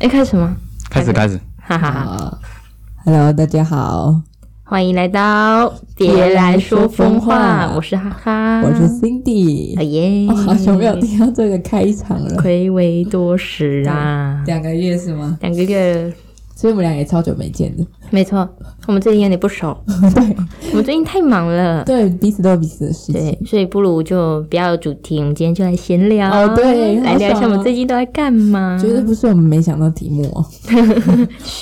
哎，开始吗？开始，开始。哈哈哈！啊，Hello，大家好，欢迎来到别来说疯话，我是哈哈，我是 Cindy，嗯哎耶，哦好久没有听到这个开场了，暌违多时啊，两个月是吗？两个月，所以我们俩也超久没见的，没错，我们最近有点不熟，我们最近太忙了，对，彼此都有彼此的事情。对，所以不如就不要有主题，我们今天就来闲聊，哦对啊来聊一下我们最近都在干嘛，绝对不是我们没想到题目 哦，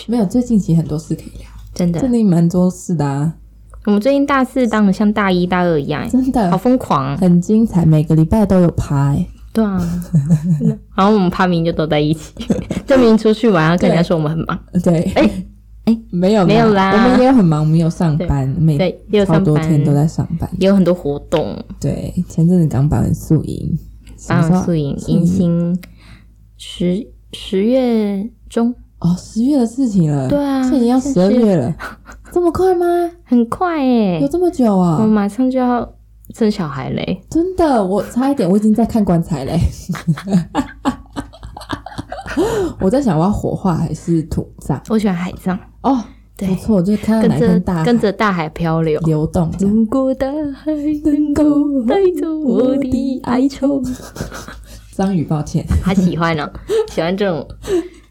没有，最近其实很多事可以聊，真的真，的蛮多事的啊，我们最近大四当的像大一大二一样，真哎好的疯狂，很精彩，每个礼拜都有拍、欸，对啊， 真的然后我们趴明就都在一起， 证明出去玩，然后跟人家说我们很忙。对，哎哎没有没有啦我们也有很忙，我们有上班，每对也有上班超多天都在上班。也有很多活动，对，前阵子刚办完宿营，什办么时候完啊宿营，迎新十十月中，哦，十月的事情了，对啊现在已经要现十在二是月了， 这么快吗？很快有耶！这么久我啊？马上就要生小孩嘞，真的，我差一点，我已经在看棺材 嘞。我在想，我要火化还是土葬？我喜欢海葬，哦，对不错，就是看到跟哪一片大着跟海着大海漂流。流动这样。如果大海能够带走我的哀愁， 章鱼，抱歉，他喜欢呢，喜欢这种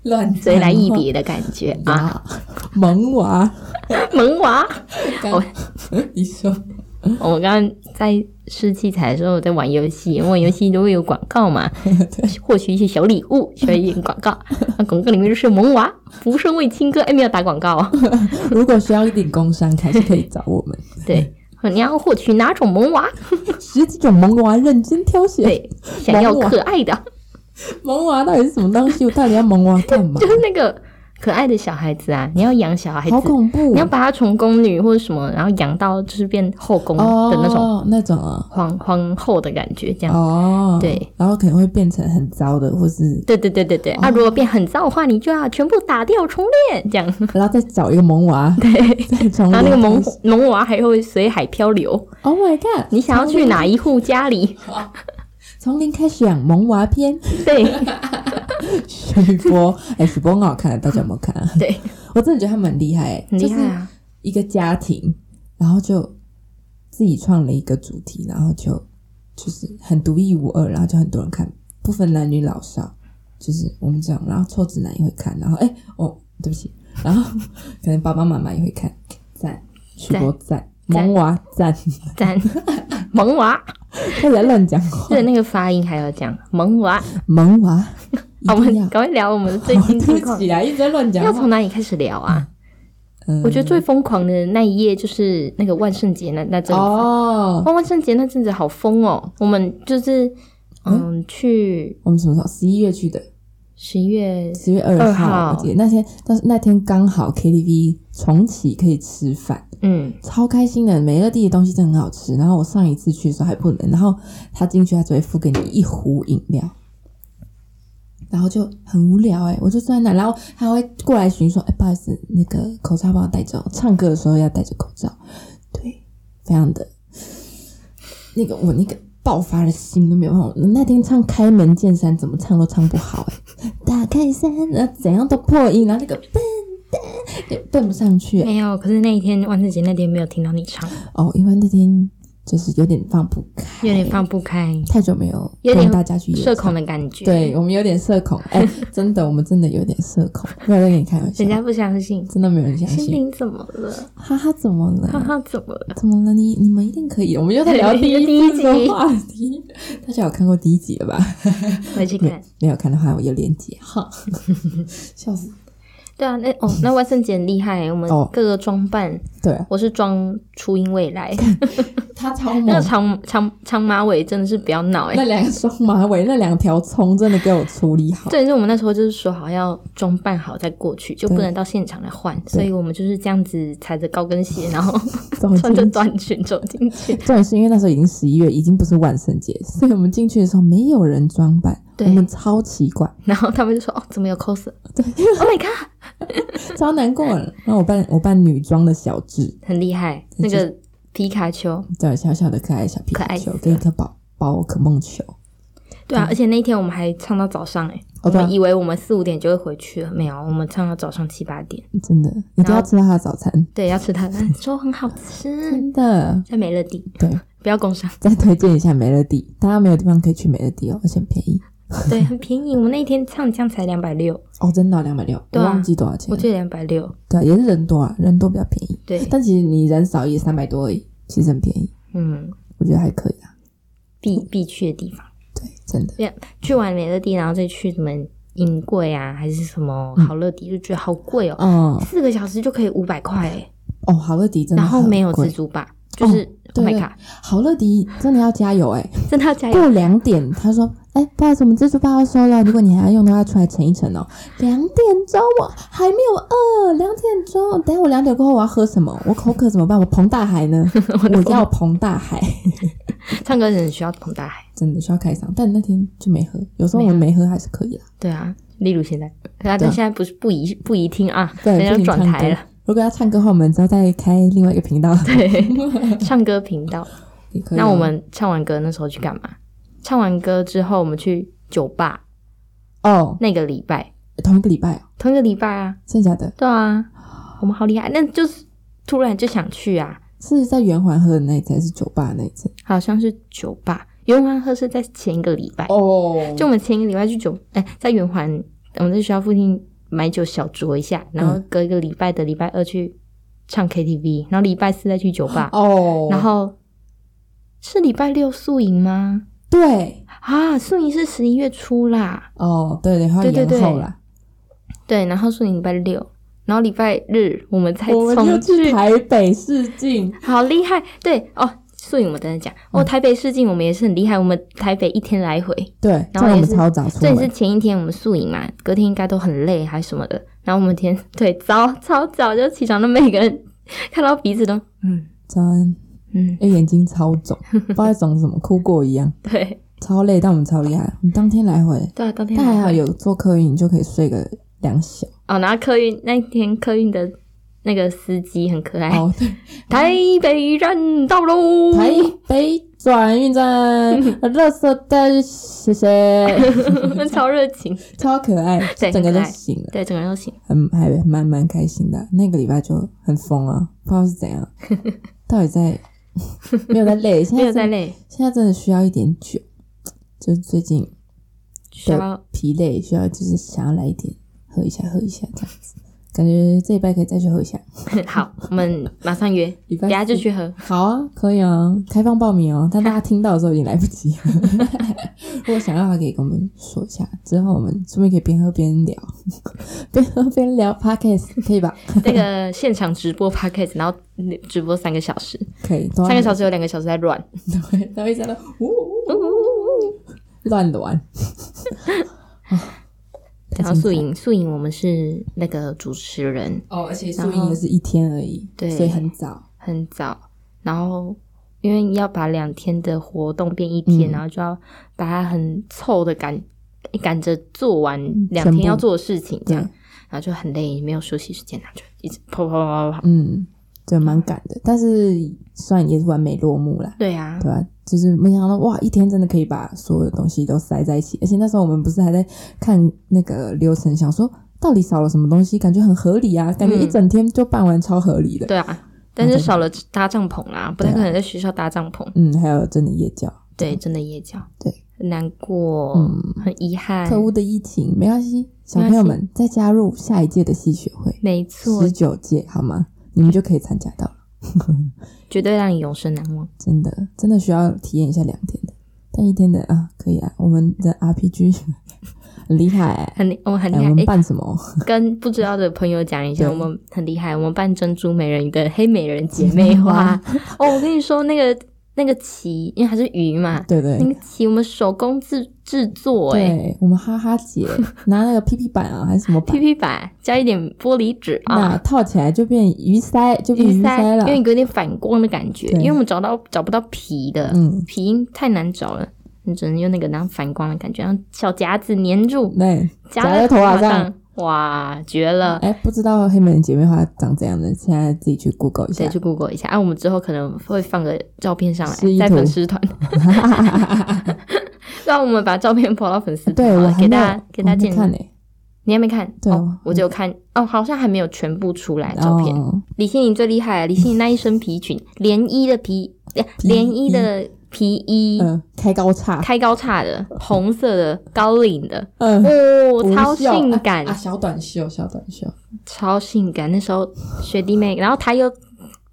乱讲随来一笔的感觉啊，啊，萌娃，萌娃。刚我 你说我刚刚在试器材的时候，我在玩游戏，因为玩游戏都会有广告 嘛，获取一些小礼物，需要一点广告。那广告里面就是萌娃、福寿味青哥，哎，没有打广告 哦。如果需要一点工伤，还是可以找我们。对，你要获取哪种萌 娃？十几种萌娃认真挑选。 对，想要萌娃可爱的，萌娃到底是什么东西？我到底要萌娃干嘛就？是那个可爱的小孩子啊，你要养小 孩好子。恐怖！啊你要把他从宫女或者什么，然后养到就是变后宫的那种哦那种啊，皇皇后的感觉，这样。哦，对，然后可能会变成很糟的，或是对对对对对。哦啊，如果变很燥的话，你就要全部打掉重练，这样。然后再找一个萌 娃，对，再从然后那个萌开始萌娃还会随海漂流。 ，Oh my god！你想要去哪一户家里？从零开始养萌 娃篇，对许波，哎，许波很好看，大家有没有看啊？对，我真的觉得他们很厉害，哎很厉害啊！一个家庭，然后就自己创了一个主题，然后就就是很独一无二，然后就很多人看，不分男女老少，就是我们这样，然后臭直男也会看，然后哎，我、对不起，然后可能爸爸妈妈也会看，赞，许多赞，萌娃赞，赞萌娃，开始在乱讲话对，那个发音还要讲萌娃。萌娃，一好我定们要，赶快聊我们最哦近对情不况，起啊，一直在乱要讲话从，哪里开始聊啊？嗯我觉得最疯狂的那一页就是那个万圣节那那阵子，哇，哦，万圣节那阵子好疯哦！我们就是嗯去我们什么时候？十一月去的。十一月，十月二二号，号我记得那天，但是那天刚好 KTV 重启可以吃饭，嗯，超开心的。美乐蒂的东西真的很好吃。然后我上一次去的时候还不能，然后他进去他只会付给你一壶饮料，然后就很无聊哎、我就坐在那，然后他会过来询说，哎、不好意思，那个口罩帮我戴着哦，唱歌的时候要戴着口罩。对，非常的那个我那个爆发的心都没有办法。那天唱《开门见山》，怎么唱都唱不好哎、打开山，然后怎样都破音，然后那个笨蛋也蹦不上去、哎没有。可是那一天万圣节那天没有听到你唱，哦，因为那天就是有点放不开，有点放不开，太久没有有点跟大家去演社恐唱。的感觉。对我们有点社恐， 哎、真的，我们真的有点社恐，没有在跟你开玩笑人，家不相信。真的没有人相心信。灵怎么了？哈哈，怎么哈了？哈，怎么了？怎么了？你你们一定可以的。我们又在聊第 第一一集次的话题，大家有看过第一集了吧？回去没看。没有看的话，我有链接哈。 笑死！对啊，那哦，那万圣节很厉害，欸我们哦各个装扮，对啊，我是装初音未来，哦他超那个猛，长长长马尾真的是不要闹哎那。两个双马尾，那两条葱真的给我处理好。重点是我们那时候就是说好要装扮好再过去，就不能到现场来换，所以我们就是这样子踩着高跟鞋，然后 走进穿着短裙走 进去。重点是因为那时候已经十一月，已经不是万圣节，所以我们进去的时候没有人装扮，对我们超奇 怪，然后他们就说：“哦，怎么有 cos？” 对，Oh my god，超难过了。然后我扮我扮女装的小智，很厉害，那个皮卡丘。嗯对，小小的可爱小皮可爱卡死丘了跟一颗宝宝可梦球，对啊，而且那一天我们还唱到早上哎、哦我对啊们以为我们四五点就会回去了，没有，我们唱到早上七八点。真的，你都要吃到他的早餐，对，要吃它， 说很好吃，真的。在美乐蒂，对，不要工伤，再推荐一下美乐蒂，大家没有地方可以去美乐蒂哦，而且很便宜 对，很便宜。我们那一天唱这样才两百六，哦，真的两百六，我对啊忘记多少钱我了。记得两百六，对，也是人多啊，人多比较便宜。对，但其实你人少也三百多而已，其实很便宜，嗯，我觉得还可以啊。必必去的地方。对，真的，这样去完美乐蒂，然后再去什么银柜啊，还是什么好乐迪，就觉得好贵哦，哦四个小时就可以五百块哎，哦，好乐迪真的然后没有很贵自助吧，就是对 Oh my 对 god，好乐迪真的要加油哎、真的要加油！过两点，他说：“哎、不好意思，我们自助包要收了，如果你还要用的话，出来盛一盛哦。”两点钟我还没有饿，两点钟，等一下我两点过后我要喝什么？我口渴怎么办？我彭大 海呢？我要彭大海，唱歌的人需要捧大海，真的需要开嗓，但那天就没喝。有时候我们没喝还是可以啦。对啊，例如现在，啊，对但现在不是不宜不宜听啊，对，人不家仅转唱台歌了，。 如果要唱歌的话，我们之后再开另外一个频道。对，唱歌频 道。也可以哦。那我们唱完歌那时候去干嘛？唱完歌之后，我们去酒吧。哦，那个礼拜，同一个礼拜哦，同一个礼拜啊，真的假的？对啊，我们好厉害。那就是突然就想去啊，是在圆环喝的那一次，还是酒吧的那一次？好像是酒吧。圆环喝是在前一个礼拜，哦，就我们前一个礼拜去酒，哎、在圆环，我们在学校附近买酒小酌一下，然嗯后隔一个礼拜的礼拜二去唱 KTV，然后礼拜四再去酒吧，哦，然后是礼拜六宿营吗？对，啊，宿营是十一月初啦，哦，对对，还有对对延对后啦。对，然后宿营礼拜六，然后礼拜日我们才我们就重去去，台北市境，好厉害！对哦，宿营我们等等讲哦，台北市境我们也是很厉害，我们台北一天来回，对，这然后样我也们是超早出所以是门，前一天我们宿营嘛，隔天应该都很累还是什么的。然后我们天对早超早就起床，那每个人看到鼻子都嗯真，嗯，哎，眼睛超 肿，不知道在肿什么，哭过一样，对超累，但我们超厉害，我们当天来回，对啊，当天但还来好有坐客运，你就可以睡个两小，哦，然后客运那天客运的那个司机很可爱，哦，对，台北站到喽，台北转 运站，垃圾袋，谢谢， 超热情，超可爱， 对整个很可爱都醒了，对，整个人都醒。很还蛮蛮开心的，那个礼拜就很疯啊，不知道是怎 样，到底在没有在累，现没在有在真的累，现在真的需要一点酒，就是最近需的要疲累，需要就是想要来一点喝一下，喝一下这样子。感觉这礼拜可以再去喝一下， 好，我们马上约，礼拜等下就四去喝。好啊，可以啊，开放报名哦。但 大家听到的时候已经来不及了。 如果想要的话，可以跟我们说一下，之后我们顺便可以边喝边聊， 边喝边聊 podcast 可以吧？那个现场直播 podcast，然后嗯直播三个小时，可以，都三个小时，时有两个小时在乱。对，然后一直在那呜呜呜乱 玩。然后素影，素影我们是那个主持人，哦，而且然后也是一天而已，对所以很早。很早，然后因为要把两天的活动变一天，嗯然后就要把它很凑的赶赶着做完两嗯全天部要做的事情，这样对，然后就很累，没有休息时间，然后就一直跑跑跑跑跑。嗯，对，蛮赶的，但是算也是完美落幕啦，对啊，对吧、就是没想到哇，一天真的可以把所有的东西都塞在一起，而且那时候我们不是还在看那个流程，想说到底少了什么东西，感觉很合理啊，嗯感觉一整天就办完超合理的。对啊，但是少了搭帐篷啦，不太对啊可能在学校搭帐篷。嗯，还有真的夜教，对，真的夜教，对，很难过，嗯很遗憾。特务的疫情没关系，小朋友们再加入下一届的戏学会，没错十，九届好吗？你们就可以参加到了，绝对让你永生难忘。真的真的需要体验一下两天的，但一天的啊可以啊，我们的 RPG 很厉害欸、很厉，我们很厉哎，害。我哎们办什么？跟不知道的朋友讲一下，对我们很厉害，我们扮珍珠美人鱼的黑美人姐妹 花。哦，我跟你说，那个那个鳍，因为它是鱼嘛，对对那个鳍我们手工制制作、哎对，我们哈哈 姐拿那个 PP 板啊，还是什么板， ，PP 板加一点玻璃纸那啊。套起来就变鱼鳃，就变鱼鳃鳃，了因。为有点反光的感觉，对因为我们找到找不到皮的，嗯皮太难找了，你只能用那个当反光的感觉，让小夹子粘住，对，夹夹在头发上上，哇，绝了！哎，不知道黑美人姐妹花长怎样的，现在自己去 Google 一下对，。去 Google 一下。啊，我们之后可能会放个照片上 示来，意在图粉丝团，让我们把照片抛到粉丝团对好我了，还啊给没有大家给大我还家没建看议。呢、你还没看？对哦，我我只有看哦，好像还没有全部出来照片。哦李心凌最厉害、啊，李心凌那一身皮裙，连衣的皮，呃皮连衣的皮衣，嗯、开高叉，开高叉的，红色的，高领的，嗯、哦，超无袖性啊感啊，小短袖，小短袖， 超性感。那时候学弟妹，然后她又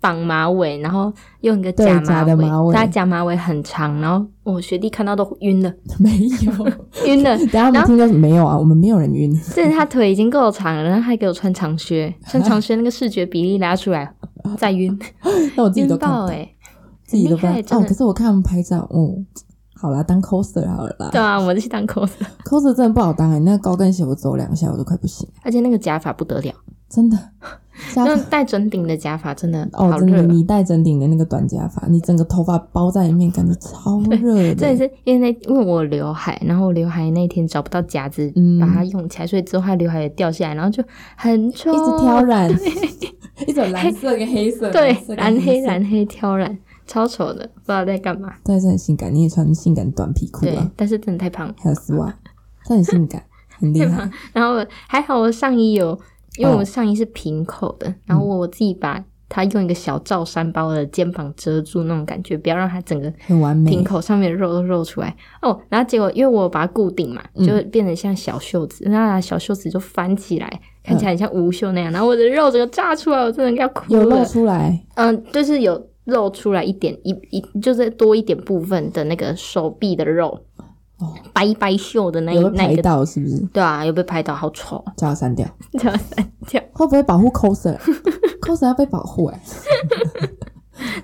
绑马尾，然后用一个对假假的马尾尾，她假马尾很长，然后我学弟看到都晕了， 没有。晕了。 等一下我们听到没有啊？我们没有人晕，甚至他腿已经够长了，然后还给我穿长靴，穿长靴那个视觉比例拉出来，再晕， 那我 自己晕都看不爆到，哎、自己都不知很厉害道。哦，真的可是我看他们拍照，嗯，好啦，当 coser 好了对啦。啊，我们去当 cos， coser 真的不好当、欸，那高跟鞋我走两下我都快不行，而且那个假发不得了，真 的。加那种戴整顶的假发真的啊哦好，真热的，哦。你戴整顶的那个短假发，你整个头发包在里面，感觉超热真的的。是因为那因为我刘海，然后我刘海那天找不到夹子，嗯把它用起来，所以之后它刘海也掉下来，然后就很丑，啊一直挑染， 一种蓝色跟黑色，对色，跟蓝黑色蓝黑挑染，超丑的，不知道在干嘛。但是很性感，你也穿性感短皮裤对啊，，但是真的太胖了。还有丝袜，这很性感，很厉害。然后还好我上衣有，因为哦我上衣是平口的，然后我自己把它用一个小罩衫把我的肩膀遮住，那种感觉，不要让它整个很完平美，口上面的肉都露出来。哦，然后结果因为我把它固定嘛，嗯就变成像小袖子，那把小袖子就翻起来。看嗯起来很像无袖那样，然后我的肉整个炸出来，我真的要哭有露了。出来，嗯，就是有露出来一点，一一就是多一点部分的那个手臂的肉，哦白白袖的那一有被那拍一个，到是不是？对啊，有被拍到，好丑啊，叫他删掉，这样删掉。会不会保 护 coser？coser 要被保护哎，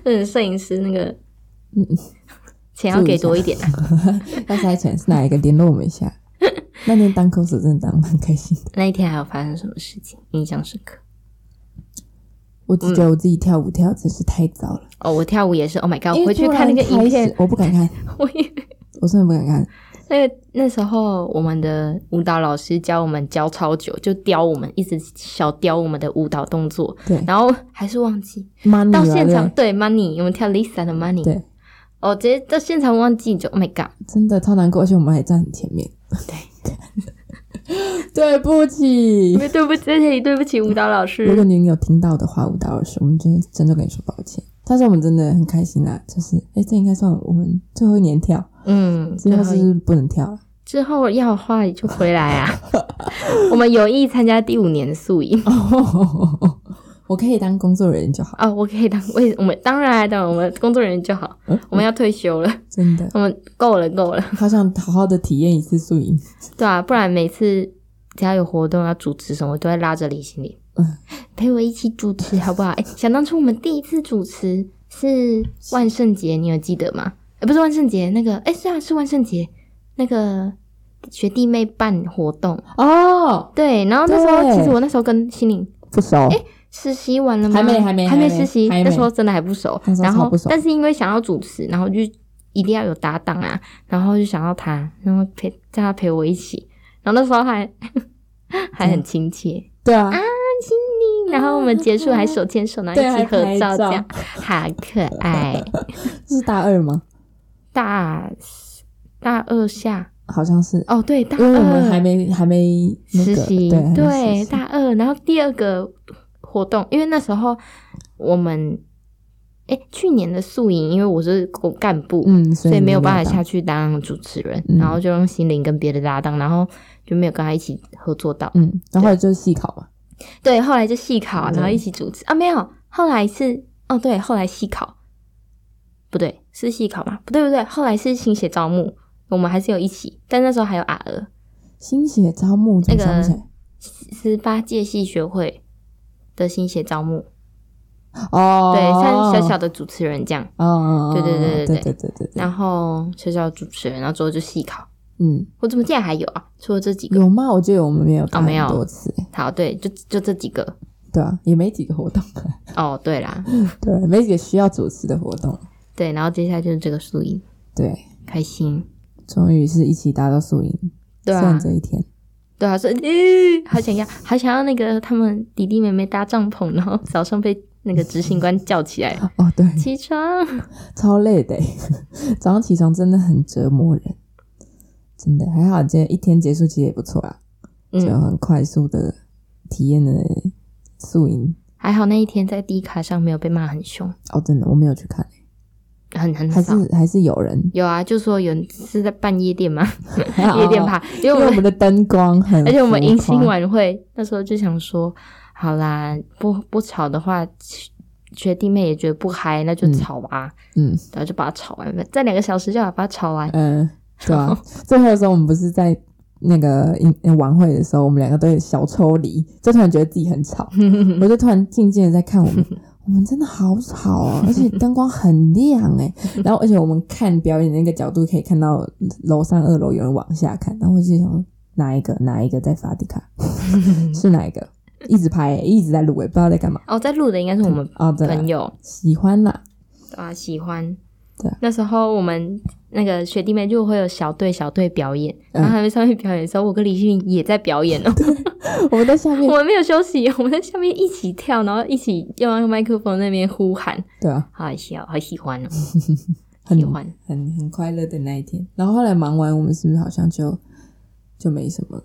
嗯，摄影师那个，嗯钱要给多一点啊。要筛选是哪一个？联络我们一下。那天当 coser 真的当蛮开心的，那一天还有发生什么事情印象深刻？我嗯只觉得我自己跳舞跳得真是太早了，哦，我跳舞也是，Oh my god！因我为回去看那个突然影开片始，，我不敢看，我以为我真的不敢看。那个那时候我们的舞蹈老师教我们教超久，就雕我们，一直小雕我们的舞蹈动作，对然后还是忘记 Money 到啊现场对对 Money，我们跳 Lisa 的 Money，对，哦，直接到现场忘记就 Oh my god！真的超难过，而且我们还站很前面。 对，对不起，对不起，在这里对不起舞蹈老如果师，您有听到的话，舞蹈老师，我们真的真的跟你说抱歉。但是我们真的很开心啦，就是哎、诶这应该算我们最后一年跳，嗯，之最后后是一不是不能跳了。之后要画就回来啊。我们有意参加第五年的宿营哦，我可以当工作人员就好，哦，我可以当为我们当然当然我们工作人员就好，我们要退休了，真的，我们够了够了，好想好好的体验一次宿营。对啊，不然每次只要有活动要主持什么，我都会拉着李心凌嗯 陪我一起主持好不好？哎、想当初我们第一次主持是万圣节，你有记得吗？呃，不是万圣节那个，哎、是啊是万圣节那个学弟妹办活动，哦，对，然后那时对候其实我那时候跟心凌不熟，实习完了吗？还没还没还还没没实习，还没那时候真的还不熟那时。候然超后不熟，但是因为想要主持，然后就一定要有搭档啊，然后就想要他，然后陪叫他陪我一起。然后那时候还 还很亲切，对啊，然后我们结束还手牵手，然后对一起合还拍照照，这样好可爱。这是大二吗？大大二下好像是，哦，对，大因为我们二还没还没那实个，习，对还没实习大二，然后第二个活动，因为那时候我们，哎、去年的宿营，因为我是公干部，嗯，所所以以没有办当法下去当主持人，嗯然后就用心灵跟别的搭档，然后就没有跟他一起合作到。嗯，然后就是细考嘛，对，后来就细考，嗯然后一起主持啊，没有，后来是哦，对，后来细考，不对，是细考嘛？不对不对，后来是新写招募，我们还是有一起，但那时候还有阿娥，新血招募怎么想不起来？十八届系学会的新血招募，哦，对，像小小的主持人这样，哦，对对对对对对对对对，然后小小的主持人，然后之后就细考。嗯，我怎么竟然还有啊？除了这几个，有吗？我记得我们没有办哦没有很多次，好，对，就就这几个。对啊，也没几个活动，哦，对啦， 对，没几个需要主持的活动，对，然后接下来就是这个宿营，对，开心。终于是一起达到宿营，对啊算，这一天，对啊，所以、咦好想要，好想要那个他们弟弟妹妹搭帐篷，然后早上被那个执行官叫起 来哦，对，起床。 超累的欸，早上起床真的很折磨人，真的还好，这一天结束其实也不错啊，就嗯，很快速的体验了宿营。还好那一天在 D 卡上没有被骂很凶，哦，真的我没有去看，很很还少。是还是有人，有啊，就说有人是在办夜店嘛，还 夜店好趴，因为哦因我为我们们的灯光很浮夸，而且我们迎新晚会那时候就想说，好啦，不不吵的话，学学弟妹也觉得不嗨，那就嗯吵吧，嗯然后就把它吵完，再两个小时就把它吵完。嗯，对啊。最后的时候，我们不是在那个迎晚会的时候，我们两个都有小抽离，就突然觉得自己 很吵，我就突然静静的在看我们。我们真的好吵啊，而且灯光很亮 哎、然后而且我们看表演的那个角度可以看到楼上二楼有人往下看，然后我就想说哪一个哪一个在发迪卡， 是哪一个一直拍、欸、一直在录哎、不知道在干嘛哦，在录的应该是我们哦，对啦朋，友喜欢啦，啊，喜欢对啊。那时候我们那个学弟妹就会有小队小队表演，然嗯后他们上面表演的时候，我跟李迅也在表演哦，我们在下面我们没有休息，哦我们在下面一起跳，然后一起用那个麦克风那边呼喊，对啊，好好笑，好喜欢哦，很喜欢。很很快乐的那一天。然后后来忙完，我们是不是好像就就没什么了？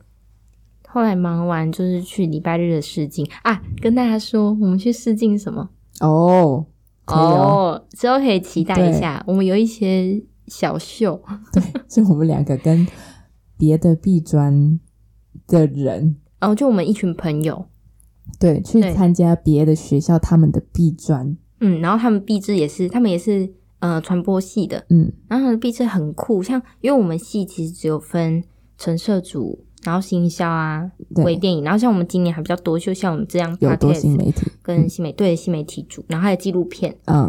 后来忙完就是去礼拜日的试镜啊，跟大家说我们去试镜什么哦？可以哦，哦，之后可以期待一下，我们有一些小秀，对，是我们两个跟别的币专的人，然哦后就我们一群朋友，对，去对参加别的学校他们的币专，嗯，然后他们毕制也是，他们也是呃传播系的，嗯，然后他们毕制很酷，像因为我们系其实只有分陈设组，然后行销啊、对微电影，然后像我们今年还比较多，就像我们这样有多 podcast 新媒体，跟新媒对新媒体组，然后还有纪录片，嗯，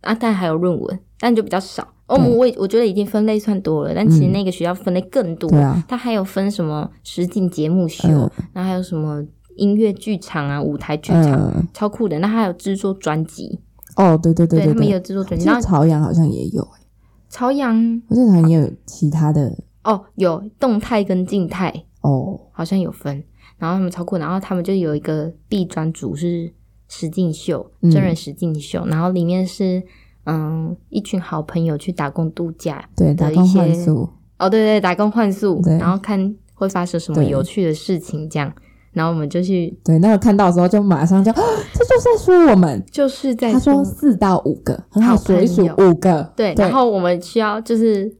啊，但还有论文，但就比较少。哦，我们我也我觉得已经分类算多了，但其实那个学校分类更多。嗯对啊，它还有分什么实景节目秀，嗯然后还有什么音乐剧场啊、舞台剧场，嗯，超酷的。那还有制作专辑，哦，对对对他们也有对，制作专其辑。然实后朝阳好像也有，朝阳我记得好像也有其他的哦，有动态跟静态，哦，好像有分。然后他们超酷，然后他们就有一个 B 专组是实境秀，嗯真人实境秀，然后里面是嗯一群好朋友去打工度假，对，的打一工些换宿，哦，对对，打工换宿，对然后看会发生什么对有趣的事情，这样，然后我们就去，对，那我看到的时候就马上就，啊 这就是在说我们，就是在他说说四到五个，很好好数一数朋友五个，对，然后我们需要就是，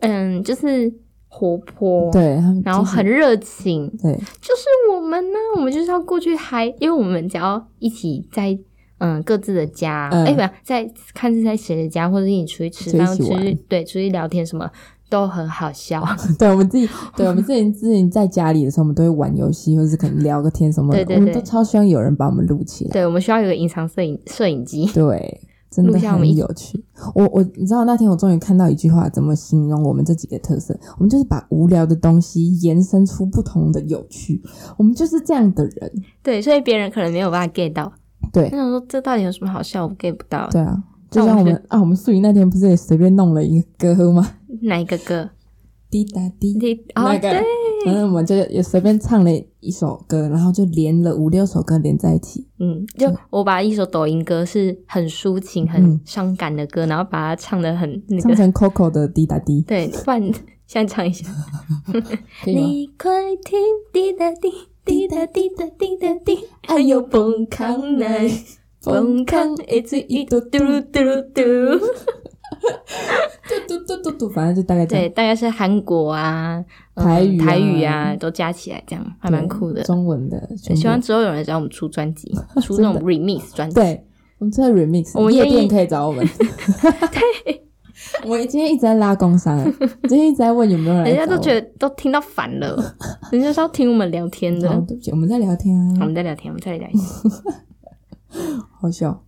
嗯，就是活泼，，对，他们然后就是很热情，对 就是我们呢，我们就是要过去嗨，因为我们只要一起在。嗯，各自的家，嗯哎、不要在看是在谁的家，或者是你出去吃就一饭，起出去玩对出去聊天什么都很好笑。 对，我们自己对我们之前之前在家里的时候，我们都会玩游戏，或是可能聊个天什么的，对对我对们都超希望有人把我们录起来，对，我们需要有个隐藏摄影摄影机。 对。真录的下我们一很有趣，我我你知道那天我终于看到一句话怎么形容我们这几个特色，我们就是把无聊的东西延伸出不同的有趣，我们就是这样的人，对，所以别人可能没有办法 get 到。对我想说这到底有什么好笑？我 get 不到。对啊，那就我像我们们啊，我们素云那天不是也随便弄了一个歌吗？哪一个歌？滴答滴，你哦，那个对，然后我们就也随便唱了一首歌，然后就连了五六首歌连在一起。嗯，就我把一首抖音歌是很抒情、很嗯伤感的歌，然后把它唱的很那唱个，成 Coco 的滴答滴，对，不然现在唱一 下。可以吗？快听，滴答滴，滴答滴答滴答滴，哎呦，蹦康来，蹦康，一直一嘟嘟噜嘟噜嘟。嘟嘟嘟嘟嘟，反正就大概这对，样。大概是韩国啊、嗯台语啊台语啊都加起来，这样还蛮酷的。中文的全部，希望之后有人找我们出专 辑，出那种 remix 专辑。对，我们这 remix，我们夜愿意店可以找我 们。对， 我今天一直在拉工 商，哎今天一直在问有没有人来人家找都我觉得都听到烦 了，人家是要听我们聊天的。哦，对不起，我们在聊天好我啊，们再聊天，我们再聊一下。好笑，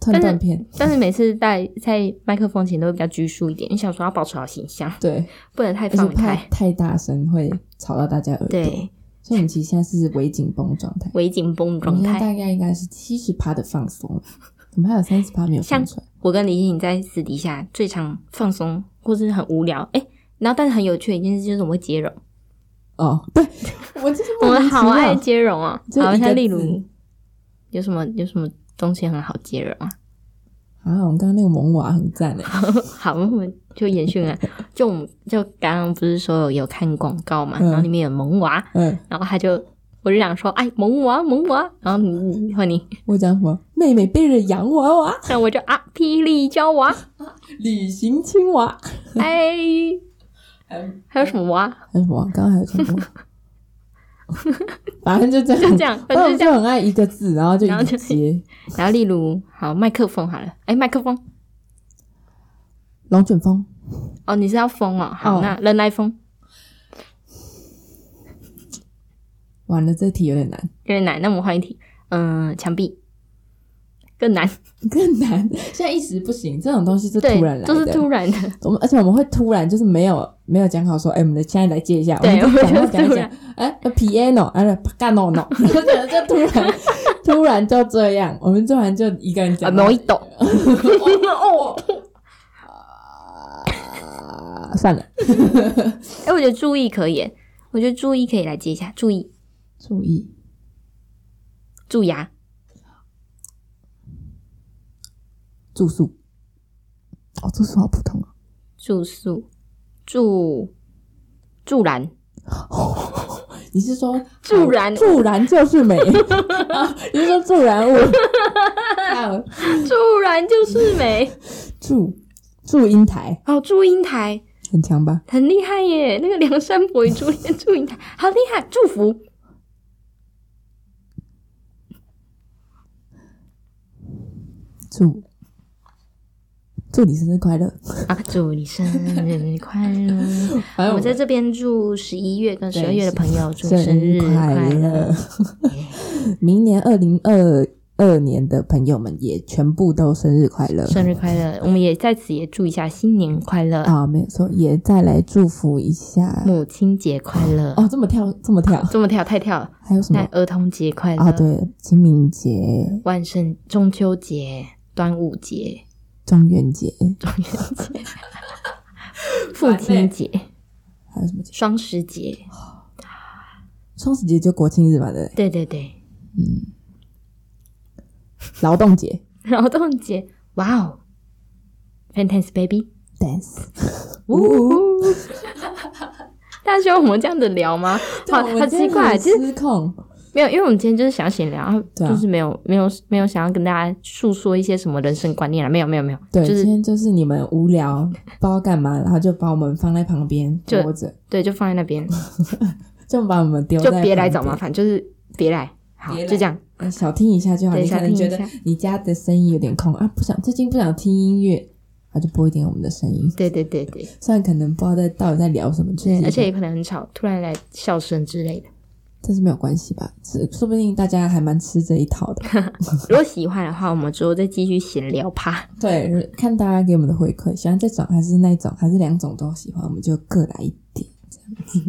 断断片，但是每次在在麦克风前都会比较拘束一点，你想说要保持好形象，对，不能太而且放怕开。太大声会吵到大家耳朵，对，所以我们其实现在是微紧绷状态。微紧绷我状们现在态。大概应该是七十趴的放松，我们还有三十趴没有放出来。我跟李欣在私底下最常放松或是很无聊，哎、然后但是很有趣的一件事就是我们会接容，哦，对，我就是我莫们名其好爱妙接容啊。这好一个像例如字有什么有什么东西很好接容啊？啊，我们刚刚那个萌娃很赞欸诶， 好，我们就延续啊，就我们就刚刚不是说有看广告嘛，嗯然后里面有萌娃，嗯，然后他就我就想说，哎，萌娃萌娃，然后你你换你，我讲什么？妹妹背着洋娃娃，那我就啊，霹雳娇娃，旅行青娃，哎，还有还有什么娃？还有什么？刚刚还有什么？ 反正就这样，就这样但我反正就们这就很爱一个字，然后就然后一就直接然后例如，好麦克风好了，哎，麦克风，龙卷风，哦，你是要风哦，好，哦那人来疯完了这题有点难， 有点难，那我们换一题，嗯、墙壁更难，更难，现在一时不行，这种东西是对突然来，的，就是突然的，我们而且我们会突然就是没有没有讲好说，哎、我们来现在来接一下，对我们就我讲话们就讲一突讲然，哎、p i a n o 哎，piano no，就突然突然就这样，我们突然就一个人啊，讲，某一抖，哦，啊算了，哎，我觉得注意可以耶，我觉得注意可以来接一下，注意注意蛀牙，住宿，哦，住宿好普通啊，住宿，住助燃，你是说助燃助燃就是 美，啊你是说助燃物，啊助燃就是美。祝祝英台 哦，祝英台很强吧？很厉害耶，那个梁山伯与朱丽叶祝英台好厉害，祝福祝祝你生日快乐！啊，祝你生日快 乐！反哎我们在这边祝十一月跟十二月的朋友祝生生日日快快乐乐。！明年二零二二年的朋友们也全部都生日快乐 生日快乐！我们也在此也祝一下新年快乐，嗯啊！没有错，也再来祝福一下母亲节快乐。哦。这么跳，这么跳，这么跳太跳了，还有什那么儿童节快乐，啊？对，清明节、万圣、中秋节、端午节、中元节，中元节、父亲节、还有什么节？双十节，双十节就国庆日嘛，对不对对？对对，劳动节劳动节，哇哦，Fantastic Baby， ，dance。呜 呼！大家希望我们这样子聊吗？好，对好我们今奇天怪，很其实失控。没有，因为我们今天就是想闲聊，然后对啊就是没有、没有没有想要跟大家诉说一些什么人生观念了，没有没有没有，对，就是今天就是你们无聊不知道干嘛，然后就把我们放在旁边就拖着，对，就放在那边，就把我们丢在就别来旁找边麻烦，就是别来，好，别来就这样，呃小听一下就好。对你可能觉小得听一下你家的声音有点空啊，不想最近不想听音乐，那就播一点我们的声音。对对对对，虽然可能不知道在到底在聊什么，就是对，一个而且也可能很吵，突然来笑声之类的。但是没有关系吧，是说不定大家还蛮吃这一套的。 如果喜欢的话，我们之后再继续闲聊趴。对，看大家给我们的回馈，喜欢这种还是那种，还是两种都喜欢，我们就各来一点这样 子。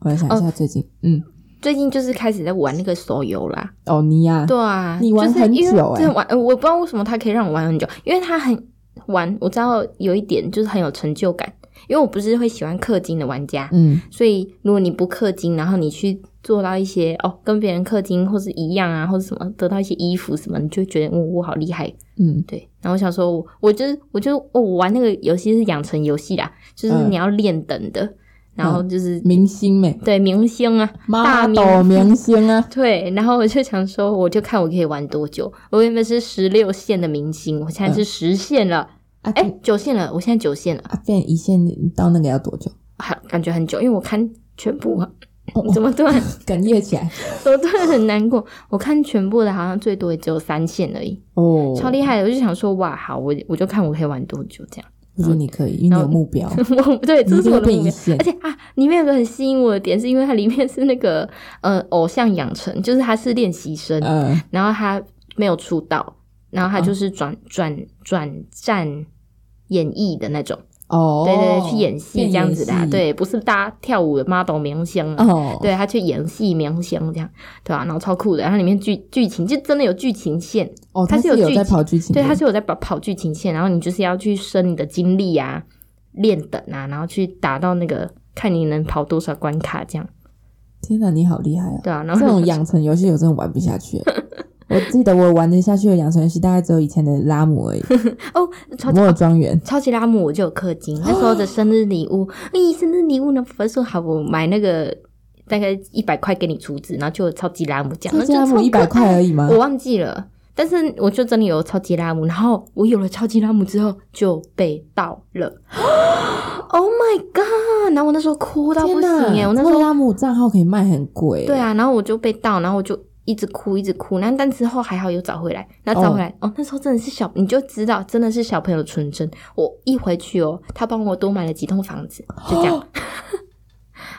我来想一下最哦近，嗯， 最近就是开始在玩那个手游啦，哦，尼亚，对啊，你玩就是很因为久欸真的玩，呃我不知道为什么他可以让我玩很久，因为他很玩，我知道有一点就是很有成就感，因为我不是会喜欢氪金的玩家，嗯，所以如果你不氪金，然后你去做到一些哦跟别人氪金或是一样啊，或者什么得到一些衣服什么，你就会觉得哦我好厉害，嗯，对。然后我想说，我我就是我就哦我玩那个游戏是养成游戏啦，就是嗯你要练等的，然后就是、明星美，对明星啊，妈大抖明星啊，对，然后我就想说，我就看我可以玩多久。我原本是十六线的明星，我现在是嗯十线了，啊，哎、九线了，我现在九线了，啊，变一线你到那个要多久？还感觉很久，因为我看全部啊哦哦 怎么突然，哽咽起来，我突然很难过。我看全部的好像最多也只有三线而已，哦，超厉害的。我就想说，哇，好，我我就看我可以玩多久这样。 我觉得你可以，因为你有目标，我对，你 这是一我定会的目变一标。线而。且啊，里面有个很吸引我的点，是因为它里面是那个呃偶像养成，就是他是练习生，嗯，然后他没有出道，然后他就是转、转转战演艺的那种，哦，对对对，去演戏变这样子的啊、演戏，对，不是大家跳舞的 model 明星啊。哦，对他去演戏明星这样，对啊，然后超酷的，然后里面剧剧情就真的有剧情线，哦，它他是是有有剧在情跑剧情的，对，他是有在跑跑剧情线，然后你就是要去升你的经历啊，练等啊，然后去达到那个看你能跑多少关卡这样，天哪，你好厉害啊！ 对啊，然后这种养成游戏我真的玩不下去，我我记得我玩得下去的养成游戏，大概只有以前的拉姆 而已，哦，超级摩尔庄园。超级拉姆我就有氪金，那时候哦的生日礼物，咦、生日礼物呢？分数好，我买那个大概一百块给你储值，然后就有超级拉姆奖，超级拉姆那就超一可百爱块而已吗我？忘记了。但是我就真的有超级拉姆，然后我有了超级拉姆之后就被盗 了，Oh my god！然后我 那时候哭到不天哪行欸耶，我那时超级候拉姆账号可以卖很贵。欸对，啊，然后我就被盗，然后我就一直哭一直哭，那但之后还好有找回来，那找回来哦那时候真的是小，你就知道真的是小朋友的纯真。我一回去哦，他帮我多买了几栋房子，就这样，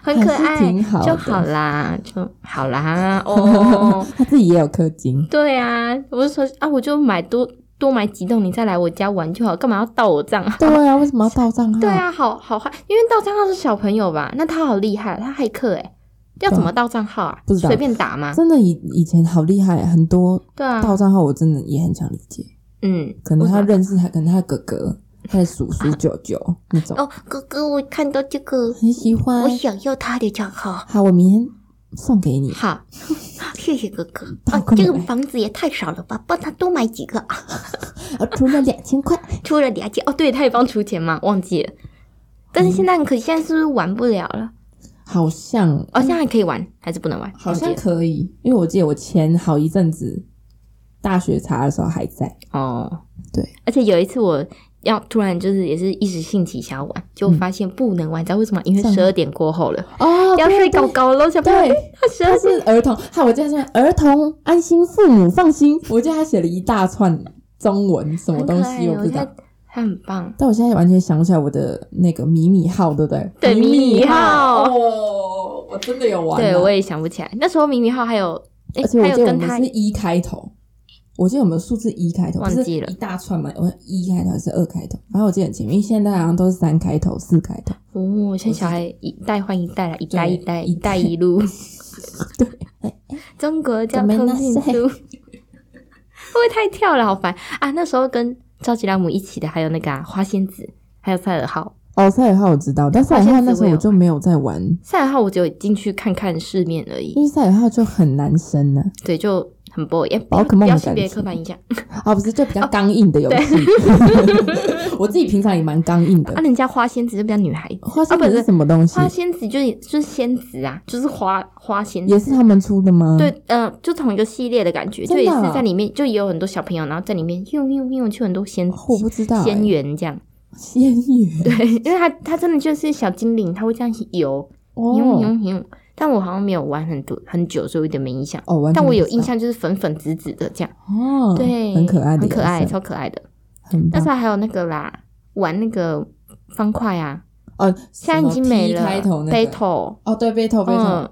很可还爱，是挺好就的好啦， 就好啦哦。他自己也有氪 金。对啊，我就说啊，我就买多多买几栋，你再来我家玩就好，干嘛要盗我账号？对啊，为什么要盗账号？对，啊，好好坏，因为盗账号是小朋友吧？那他好厉害，他骇客哎、要怎么盗账号啊？不知道随便打 吗？真的以以前好厉害，很多对啊，盗账号我真的也很想理解。嗯，可能他为认识他，可能他哥哥、他的叔叔、舅舅那种啥，哦，哥哥，我看到这个，很喜欢我。想要他的账号。好，我明天送 给你。好，谢谢哥哥。好啊，快这点个来房子也太少了吧，帮他多买几个啊，啊，除了两千块，出了两千。哦，对，他也帮出钱嘛，忘记了。但是现在很可惜，现在是不是玩不了了？好像哦，现在还可以玩，还是不能玩？好忘像记了可以，因为我记得我前好一阵子大学查的时候还在。哦，对，而且有一次我要突然就是也是一时兴起想要玩，就发现不能玩，你知道为什么？因为这样十二点过后了，哦要睡高高了，小朋友对，他十他二是儿童，哈，我记得是儿童安心，父母放心。我记得他写了一大串中文什么东西，我不知道他。他很棒。但我现在完全想不起来我的那个迷你号，对不对？对迷你号哦，我真的有玩啊。对，我也想不起来，那时候明明号还有，哎、而且我还有记得我跟们他是一开头，我记得我们数字一开头，忘不是记了一大串嘛，我一开头还是二开头，反正我记得很前面，因为现在好像都是三开头、四开头。哦，现在小孩一代换一代了，一代对一代，一一带一路。对， 中国交通运怎输，会不会太跳了？好烦啊！那时候跟超级拉姆一起的还有那个、啊、花仙子，还有赛尔号。哦，赛尔号我知道，但赛尔号那时候我就没有在玩，赛尔号我只有进去看看世面而因已，为赛尔号就很难升呢、对，就很 boy，也哦宝可梦不的要感性别觉刻板印象啊。不是，就比较哦刚硬的游戏。 我自己平常也蛮刚硬的啊。。人家花仙子就比较女孩子，花仙啊不子是是什么东西？花仙子就是就是仙子啊，就是花花仙子也是他们出的吗？对，，嗯、就同一个系列的感觉，就真也的啊是在里面，就也有很多小朋友，然后在里面用用用去很多仙、我不知道、欸。仙缘这样。 仙女对， 因为它它真的就是小精灵，它会这样游游哦游游。但我好像没有玩很多很久，所以有点没印象。哦，完全但我有不知印道象，就是粉粉紫紫的这样，哦，对，很可爱的很嗯颜色，可爱，超可爱的。很那棒时。候还有那个啦，玩那个方块啊，哦，现在已经没了。什么 T 开头那个 battle，哦，对，battle battle，、嗯，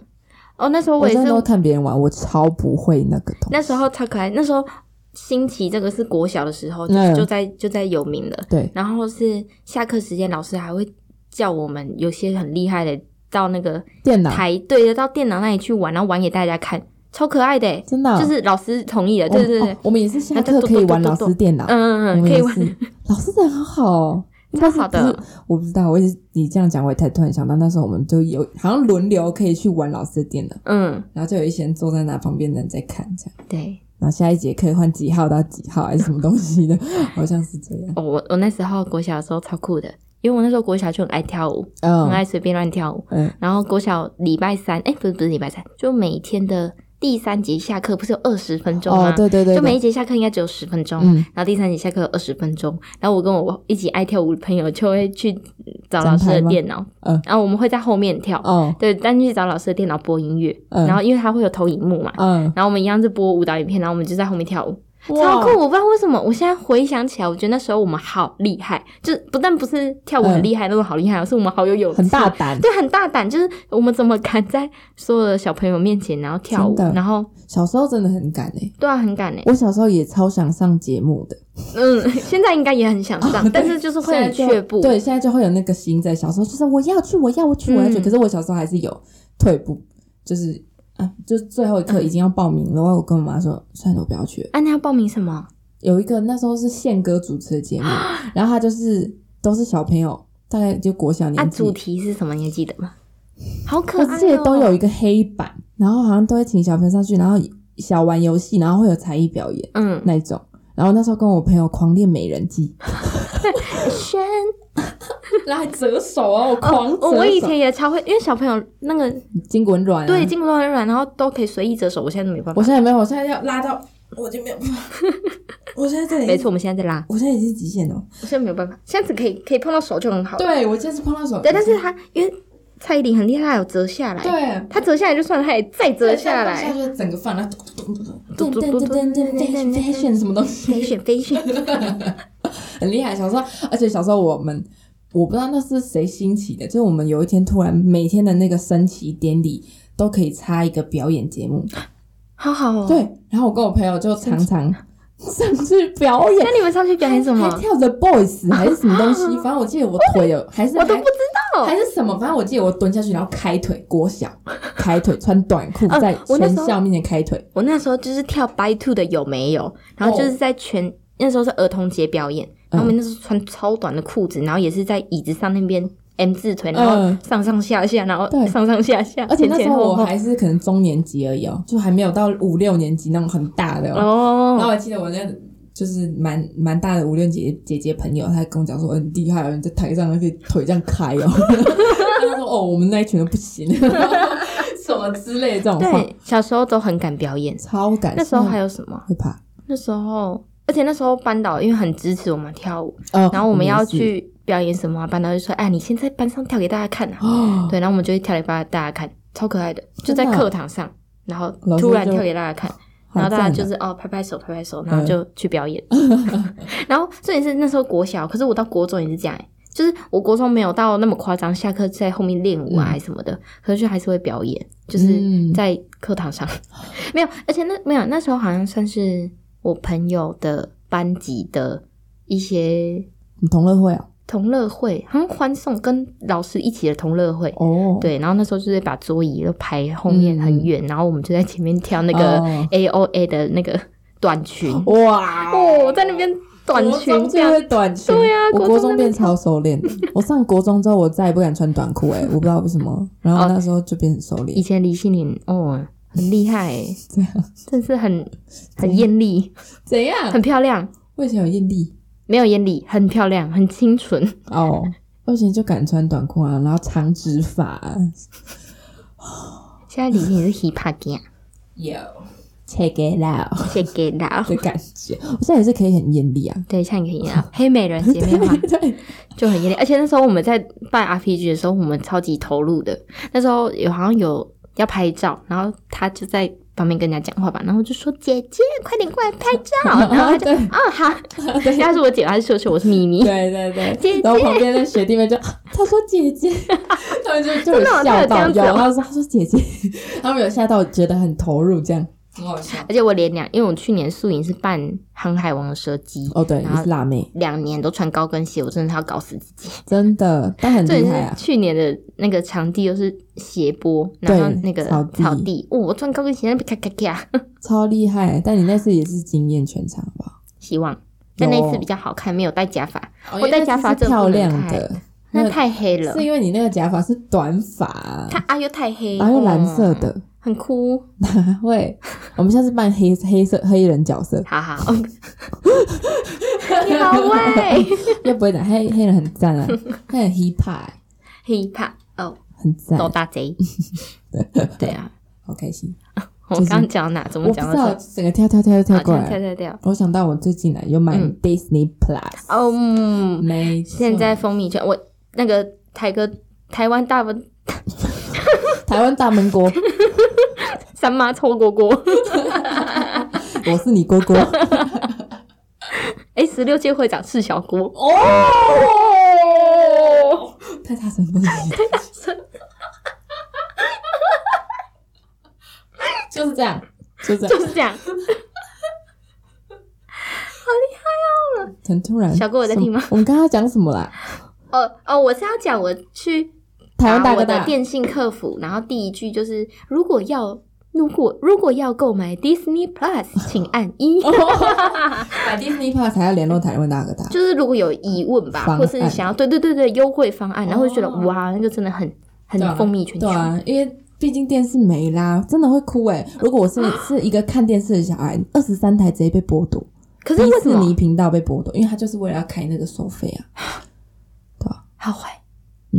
哦，那时候我也真是的都看别人玩，我超不会那个东西。那时候超可爱，那时候兴起这个是国小的时候，就、嗯就在就在有名了。对，然后是下课时间，老师还会叫我们有些很厉害的到那个电脑台对到电脑那里去玩，然后玩给大家看，超可爱的欸、真的啊、就是老师同意的，我对对对，哦我们也是下课可以玩老师电脑，我嗯嗯嗯，可们也以是玩，老师人好好、哦。超好的但是不是，我不知道，我一直你这样讲，我也才突然想到，那时候我们就有好像轮流可以去玩老师的电脑，嗯，然后就有一些人坐在那旁边的人在看这样，对。然后下一节课换几号到几号还是什么东西的，好像是这样。哦，我我那时候国小的时候超酷的，因为我那时候国小就很爱跳舞，很嗯爱随便乱跳舞。嗯，然后国小礼拜三，哎，不是不是礼拜三，就每天的第三节下课不是有二十分钟吗？哦，对对对，就每一对节下课应该只有十分钟，嗯然后第三节下课有二十分钟，然后我跟我一起爱跳舞的朋友就会去找老师整排的吗电脑，嗯然后我们会在后面跳，哦对，但去找老师的电脑播音乐，嗯然后因为它会有投影幕嘛，嗯，然后我们一样是播舞蹈影片，然后我们就在后面跳舞，超哇酷！我不知道为什么，我现在回想起来，我觉得那时候我们好厉害，就是不但不是跳舞很嗯厉害、那种好厉害哦，是我们好有勇气，很大胆，对，很大胆，就是我们怎么敢在所有的小朋友面前然后跳舞真，的然后小时候真的很敢哎、对啊，很敢哎、我小时候也超想上节目的，嗯，现在应该也很想上，哦对但是就是会很现在却就步。对，现在就会有那个心在。小时候就是我要去，我要去，我要去。嗯可是我小时候还是有退步，就是啊，就是最后一嗯刻已经要报名了，然后我跟我妈说，算了，我不要去了。啊，那要报名什么？有一个那时候是宪哥主持的节 目，然后他就是都是小朋友，大概就国小啊，年纪，主题是什么？你还记得吗？好可我爱、哦！记得都有一个黑板，然后好像都会请小朋友上去，然后小玩游戏，然后会有才艺表演嗯，那一种。然后那时候跟我朋友狂练美人计，伸然后还折手啊，我狂折手，哦，我以前也超会，因为小朋友那个筋骨很软、啊。对，筋骨都很软，然后都可以随意折手，我现在都没办法我。现在没有，我现在要拉到我就没有办法，我现在这里没错，，我们现在在拉，我现在已经极限了。我现在没有办法，现在只可以可以碰到手就很好了。对，啊我这次碰到手，对，但是他因为蔡依林很厉害，她有折下来，对，她折下来就算了，她也再折下下来，就是整个放，然后咚咚咚咚咚，fashion 什么东西，飞旋飞 旋，很厉害。小时候，而且小时候我们。我不知道那是谁兴起的，就是我们有一天突然每天的那个升旗典礼都可以插一个表演节目，好好哦。对。然后我跟我朋友就常 常上去表演那，你们上去表演什么？还跳 The Boys 还是什么东 西，反正我记得我腿有，还是我都不还知道。还是什么，反正我记得我蹲下去，然后开腿，国小开腿，穿短裤嗯在我那全时候校面前开腿，我那时候就是跳 By Two 的有没有，然后就是在全、那时候是儿童节表演，嗯然后我们那时候穿超短的裤子，然后也是在椅子上那边 M 字腿，然后嗯上上下下，然后对上上下下，而且那前时前候后我后。还是可能中年级而已哦，就还没有到五六年级那种很大的哦。然哦，后我记得我那就是蛮蛮大的五六姐姐姐朋友，她还跟我讲说很厉害哦，你在台上可以腿这样开 哦。她说哦，我们那一群都不行，什么之类的这种话，对，小时候都很敢表演。超感那时候还有有什么？会怕。那时候，而且那时候班导因为很支持我们跳舞，哦呃然后我们要也是去表演什么啊，班导就说：“哎，你先在班上跳给大家看啊。哦，对，然后我们就会跳给大家看，超可爱的，就真的在啊课堂上，然后老师突然就跳给大家看。 好然后大家赞就啊嗯是哦拍拍手拍拍手，然后就去 表演。 然后重点是那时候国小，可是我到国中也是这样、欸，就是我国中没有到那么夸张，下课在后面练舞啊嗯什么的，可是就还是会表演，就是嗯在课堂上、 没有，而且那没有那时候好像算是我朋友的班级的一些同乐会啊，同乐会，好像欢送跟老师一起的同乐会。哦，嗯对，然后那时候就是把桌椅都排后面很远，然后我们就在前面跳那个哦 A O A 的那个短裙。哇哦，在那边短裙这就样会短裙，对啊我国国中中那边变超 熟练的，我上国中之后我再也不敢穿短裤哎、我不知道为什么，然哦后那时候就变很熟以练，前李心凌哦，很厉害欸，这样真是很很艳丽，怎样？很漂亮，我以前有艳丽没有艳丽，很漂亮，很清纯。哦，我以前就敢穿短裤啊，然后长直发、现在李心凌是 hip hop gang，有 take it out 谢给啦。的感觉，我现在也是可以很艳丽啊，对，像你可以啊，黑美人姐妹花 对，就很艳丽。而且那时候我们在办 RPG 的时候，我们超级投入的。那时候有好像有要拍照，然后他就在旁边跟人家讲话吧，然后我就说：“姐姐，快点过来拍照。”然后他就：“对哦，好。”人家是我姐，她是秀秀，我是咪咪。对对对， 姐姐然后旁边的学弟妹就， 啊他说姐 姐，他们就就有真的哦笑他到，有有，这样子哦他说他说姐姐， 他们有吓到，觉得很投入这样，很好笑。而且我连两，因为我去年宿营是扮《航海王》的蛇姬，哦，对，你然后是辣妹，两年都穿高跟鞋，我真的是要搞死自己。真的，但很重厉害点是啊。去年的那个场地又是斜坡，然后那个草地草地，哦，我穿高跟鞋那边咔咔咔，超厉害！但你那次也是惊艳全场，好不好？希望。但那一次比较好看，没有戴假发，我戴在假发是真的漂不能亮开的，那太黑了是。因为你那个假发是短发，它啊又太黑，然后又蓝色哦，的，很酷。哪会？我们下次扮黑黑色黑人角色，好 好，你好 喂又不会讲黑黑人很赞 啊，黑人 hip hop ，hiphop 哦，很赞，走大贼。 对啊，好开心。我就是刚刚讲哪？怎我么不知讲到道这？整个跳跳跳跳好跳过跳来，跳跳。我想到我最近来啊有买嗯 Disney Plus，哦，嗯，没错，现在风靡全我那个台哥台湾大文台湾大 门国，三妈臭锅锅， 我是你哥哥。哎，十六届会长是小郭，哦，太大声了，太大声，就是这样，就这样，就是这样。很突然。小哥我在听吗什么我们刚刚讲什 么啦？哦哦，我是要讲我去台湾打大啊我哥的大， 电信客服，然后第一句就是如果要。如果如果要购买 Disney Plus，请 按一。买 Disney Plus 才要联络台湾大哥大。就是如果有疑问方吧，案或是想要对对对对优惠方案，然后就觉得哦哇，那个真的很很对啊风靡全球对。啊，因为毕竟电视没啦，真的会哭啊哎、如果我是是一个看电视的小孩，二十三台直接被剥夺，可是迪为什士尼么？频道被剥夺，因为他就是为了要开那个收费啊，好坏，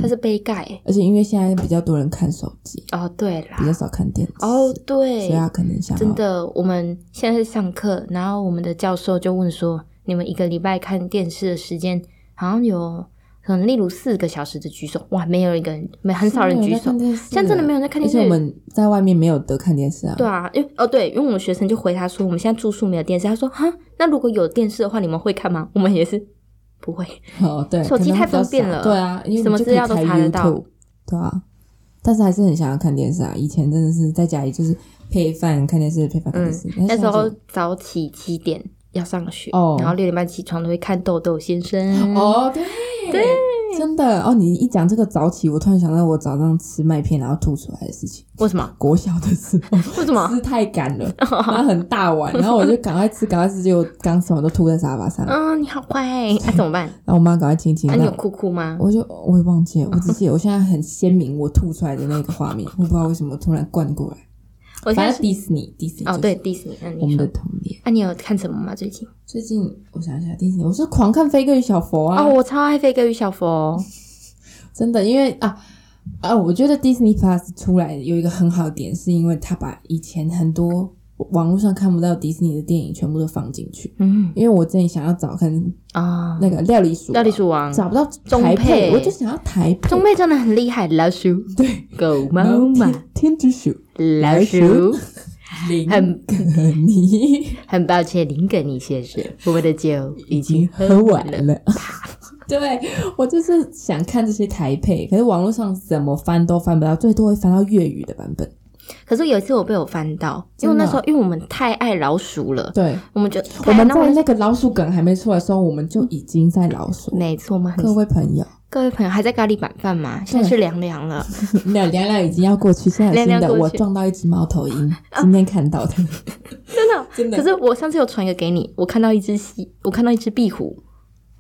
它是杯盖、欸而且因为现在比较多人看手机，哦，对比啦，较少看电视，哦，所对以，他可能想要真的，我们现在是上课，然后我们的教授就问说，你们一个礼拜看电视的时间好像有，可能例如四个小时的举手，哇，没有一个人，没很少人举手，现在真的没有人在看电视而且我们在外面没有得看电视啊。对啊，因为哦对，因为我们学生就回他说，我们现在住宿没有电视。他说哈，那如果有电视的话，你们会看吗？我们也是不会。哦，对，手机可能太比较方便少了对啊，因为什么你就资料都可以查开得到 YouTube，对啊。但是还是很想要看电视啊！以前真的是在家里就是配饭看电视，配饭看嗯电视。， 那但是时候现在就早起七点要上学，哦然后六点半起床都会看《豆豆先生》。哦，对对，真的哦！你一讲这个早起，我突然想到我早上吃麦片然后吐出来的事情。为什么？国小的时候，为什么？哦吃太 赶了，然后很大碗，然后我就赶快吃，赶快吃，结果刚吃完都吐在沙发上，然啊，你好乖，那、怎么办？后我妈赶快清清。那、让你我有哭哭吗？我就我也忘记了，我只记得我现在很鲜明我吐出来的那个画面，我不知道为什么突然灌过来。我现反在正迪士尼，迪士尼哦，对，迪士尼，那我你们的说，啊童年。那、你有看什么吗？最近？最近我想一下，迪士尼，我是狂看《飞哥与小佛》啊，哦，我超爱飞哥与小佛哦，真的，因为啊啊，我觉得 Disney Plus 出来有一个很好的点，是因为它把以前很多网络上看不到迪士尼的电影全部都放进去。嗯因为我之前想要找看啊，那个料理鼠，料理鼠王，找不到中台配配，我就想要台配。中妹真的很厉害，老鼠，对，狗然妈后妈。天天之鼠老鼠，林 很格尼。很抱歉，林肯尼先生，我们的酒已经喝喝完完了。了。 对我就是想看这些台配，可是网络上怎么翻都翻不到，最多会翻到粤语的版本。可是有一次我被我翻到，因为真的那时候因为我们太爱老鼠了，对，我们就我们太爱在哎那个老鼠梗还没出来的时候，我们就已经在老鼠。每次我们很各位朋友，各位朋友还在咖喱板饭嘛，现在是凉凉了，那凉凉已经嗯要过去，啊现在有新凉的凉过我去撞到一只猫头鹰，今天看到的，真的真的可是我上次有传一个给你，我看到一只犀，我看到一只壁虎，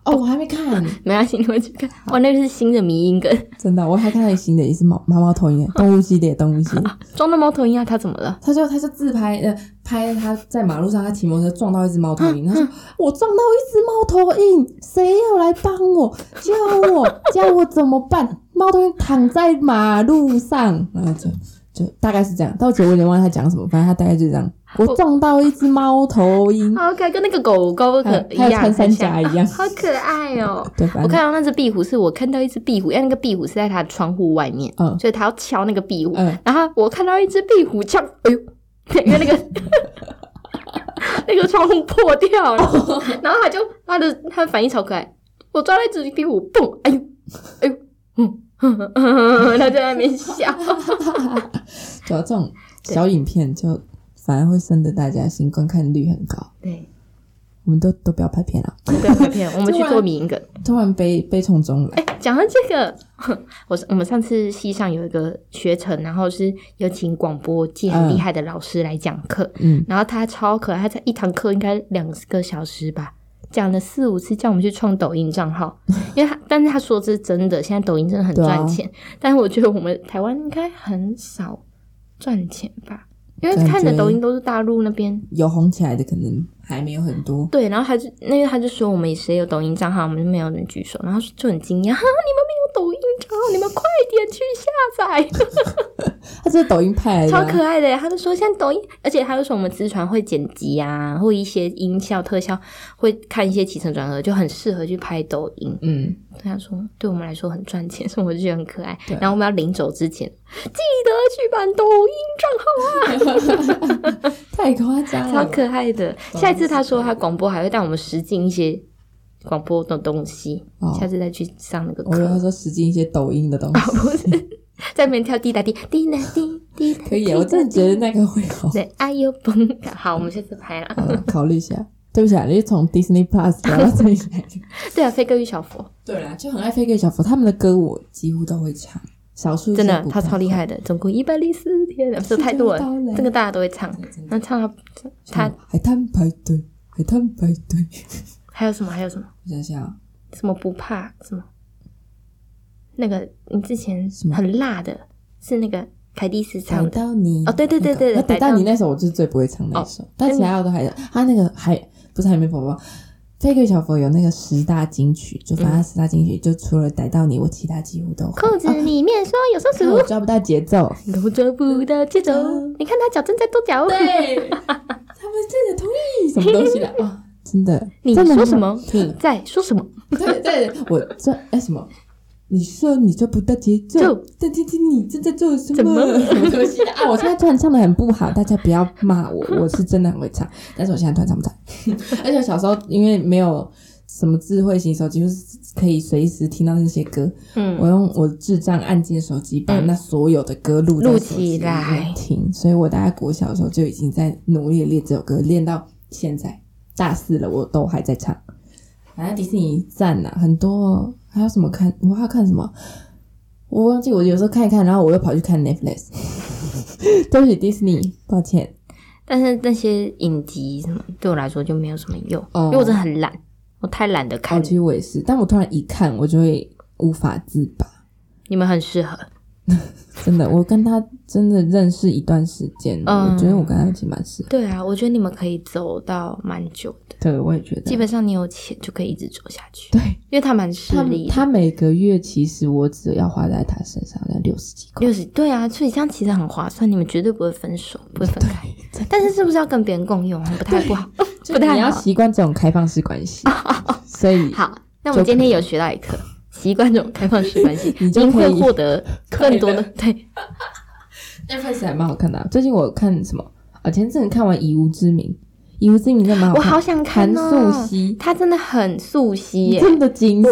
哦，我还没看，没关系，你们去看。哇，那是新的迷因梗， 真的，我还看到一个新的，也是猫猫猫头鹰，动物系列，动物系列。装的猫头鹰啊，它怎么了？他就他就自拍，呃，拍他在马路上，他骑摩托车撞到一只猫头嗯鹰，他说：“我撞到一只猫头鹰，谁要来帮我？教我， 教我怎么办？猫头鹰躺在马路上，然后就就大概是这样。到结尾我有点忘记他讲什么，反正他大概就这样。我撞到一只猫头鹰，好可爱，跟那个狗狗可还有一还有样，穿山很像甲一样， 好可爱哦、对，反 我正看到那只壁虎是我看到一只壁虎，因为那个壁虎是在它的窗户外面，嗯所以它要敲那个壁虎。嗯然后我看到一只壁虎敲，哎呦，因为那个那个窗户破掉了，然后它就它的它的反应超可爱，我抓到一只壁虎，蹦，哎呦，哎呦，嗯。 他在那边笑，主要这种小影片就反而会深得大家心，观看率很高。对，我们都都不要拍片了，不要拍片，我们去做迷影梗。突然悲悲从中来，哎，讲到这个， 我我们上次系上有一个学程，然后是有请广播界很厉害的老师来讲课，嗯。”然后他超可爱，他在一堂课应该两个小时吧，讲了四五次，叫我们去创抖音账 号，因为他，但是他说这是真的，现在抖音真的很对啊赚钱，但是我觉得我们台湾应该很少赚钱吧，因为感觉看的抖音都是大陆那边。有红起来的可能还没有很多。对，然后他就，那个他就说我们谁有抖音账号，我们就没有人举手，然后就很惊讶，哈，你们没有抖音账号，你们快点去下载。他这是抖音派来的、超啊，可爱的耶！他就说像抖音，而且他就说我们资传会剪辑啊，或一些音效特效，会看一些起承转合，就很适合去拍抖音。嗯，对他说，对我们来说很赚钱， 所以我就觉得很可爱对。啊然后我们要临走之前，记得去办抖音账太夸张号，了嗯超。可爱的。嗯下一次他说他广播还会带我们实进一些广播的东西，哦下次再去上那个我以为他课。说使劲一些抖音的东 西，不是，在那边跳滴答滴滴答滴滴答滴，可以耶，啊我真的觉得那嗯个会 好。对，哎呦崩！好，我们下次拍了。好了，考虑一下。对不起啊，你是从 Disney Plus 聊到这里来的。对啊，飞哥与小佛。对啦，就很爱飞给小佛，他们的歌我几乎都会唱，少数一些真的不，他太超厉害的，总共一百零四天，这太多时间到了了，这个大家都会唱对真。的那唱他唱。他海滩排队，海滩排队。还有什么？还有什么？我想想啊，什么不怕？什么？那个你之前么很辣的，是那个凯蒂斯唱找的，到你哦对对对对对那个那逮逮到哦到你那首我是最不会唱那一首，但其他的都还他那个还不是海绵宝宝，飞哥与小佛有那个十大金曲，就反正十大金曲就除了逮到你，我其他几乎都会。裤子里面说有松但我鼠，抓不到节奏，我抓不到节奏嗯，你看他脚正在跺脚。对， 他们真的同意什么东西的啊？真的， 你真的说嗯没有什么？你在说什么？ 对对，我这哎什么？你说你抓不到节奏就，但听听你正在做什么？怎么 什么东西啊？我现在突然唱的很不好，大家不要骂我，我是真的很会唱，但是我现在突然唱不唱。 而且我小时候因为没有什么智慧型手机，就是可以随时听到那些歌。嗯我用我智障按键手机把嗯那所有的歌录在录手机起里来面听，所以我大概国小的时候就已经在努力地练这首歌，练到现在大四了，我都还在唱。反正迪士尼赞呐、很多哦，还有什么看？我还要看什么？我忘记，我有时候看一看，然后我又跑去看 Netflix。对不起，迪士尼，抱歉。但是那些影集什么，对我来说就没有什么用，哦因为我真的很懒，我太懒得哦，看。其实我也是，但我突然一看，我就会无法自拔。你们很适合，真的，我跟他真的认识一段时间了，嗯我觉得我跟他一起蛮适合。对啊，我觉得你们可以走到蛮久的，对，我也觉得。基本上你有钱就可以一直走下去，对因为他蛮势他利的。他每个月其实我只要花在他身上那六十几块，六十对啊，所以这样其实很划算，你们绝对不会分手，不会分开。但是是不是要跟别人共用，不太不好， 不你太要好。习惯这种开放式关 系，所以好，那我们就可今天有学到一课，习惯这种开放式关系， 你就您可会以获 得更多的对。 Netflix 还蛮好看的啊、最近我看什么？啊，前阵子看完《以无之名》，《以无之名》真的蛮我看。好想看哦韩素汐，他真的很素汐耶，真的金素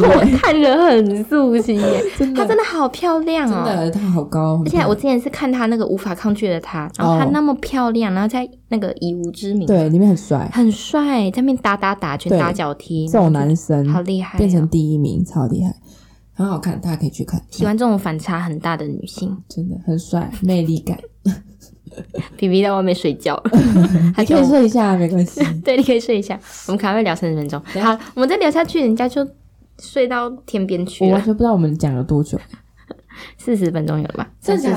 耶，我看着很素汐耶， 真她的真的好漂亮真哦。的她好高，而且我之前是看她那个无法抗拒的她，然后她哦那么漂亮，然后在那个以无之名，对里面很帅，很帅，在那边打打打拳对打脚踢，这种男生好厉害哦、变成第一名，超厉害，很好看，大家可以去看，喜欢这种反差很大的女性。真的很帅，魅力感。皮皮在外面睡 觉了， 还你可以我们睡一下，没关系。对，你可以睡 一下。我们可能会聊三十分钟。对啊好，我们再聊下去，人家就睡到天边去我完了。全不知道我们讲了多久，四十分钟有了吧？假的？真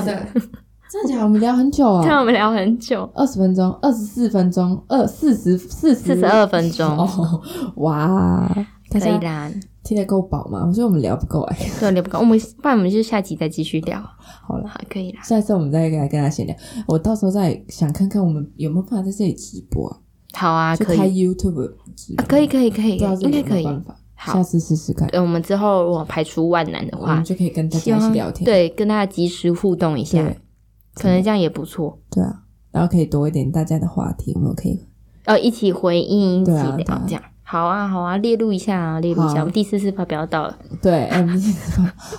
的假的？我们聊很久看哦，我们聊很久，二十分钟、二十四分钟、二四十、四十、四十二分钟，哦，哇！大可以家啦。听得够饱吗？我觉得我们聊不够哎、对，聊不够，我们不然我们就下集再继续聊。好了，好，可以啦。下次我们再来跟他闲聊。我到时候再想看看我们有没有办法在这里直播啊，好啊，就可以开，YouTube 直播，啊可以，可以，可以，不知道这应该有可没有以。办法。好下次试试看，呃我们之后如果排除万难的我话们，就可以跟大希家一起望聊天。对跟大家及时互动一下，对可能这样也不错。对啊，然后可以多一点大家的话题，我们可以呃，一起回应，一起对啊聊，对啊这样。好啊，好啊，列入一下啊，列入一下。好我们第四次发表到了，对 M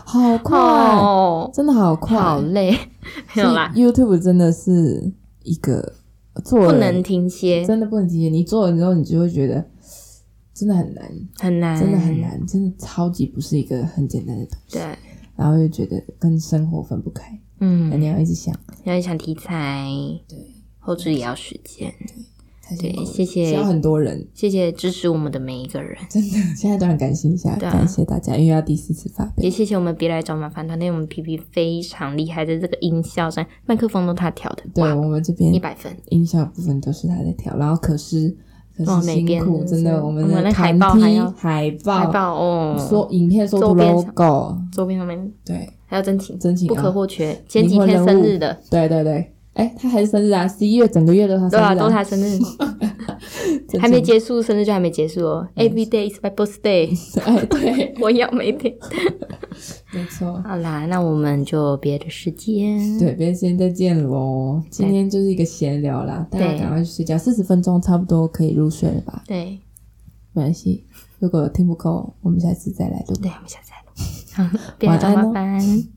好快，哦，真的好快，好累， 没有啦，所以 YouTube 真的是一个做不人能停歇，真的不能理解。你做了之后，你就会觉得真的很难，很难，真的很。难，真的超级不是一个很简单的东西。对，然后又觉得跟生活分不开，那嗯，你要一直想，要影响题材，对，后置也要时间。太辛对苦，了谢需要谢，很多人，谢谢支持我们的每一个人，真的，现在都很感谢一下，对啊感谢大家，因为要第四次发表也，谢谢我们别来找麻烦团队，我们皮皮非常厉害，在这个音效上，麦克风都他调的，对哇，我们这边一百分。音效部分都是他在调，然后可是可哦是每辛边苦，真真的的，是我们我们的的海团报体还要海海报、报哦，说影片、说周出边 logo，周边上面对，还有真情，真情不可啊，或缺。前几灵魂天人生物日的，对对对，哎，他还是生日啊，十一月整个月都是对啊，他都生是他生日，日啊，真还没情结束，生日就还没结束哦。Every day is my birthday， 哎，对，我要每天。没错。好啦，那我们就别的时间。对，别人先再见喽。今天就是一个闲聊啦，大家对赶快去睡觉，四十分钟差不多可以入睡了吧？对没关系，如果听不够，我们下次再来录。 对，我们下次再录。别来找晚安麻哦烦，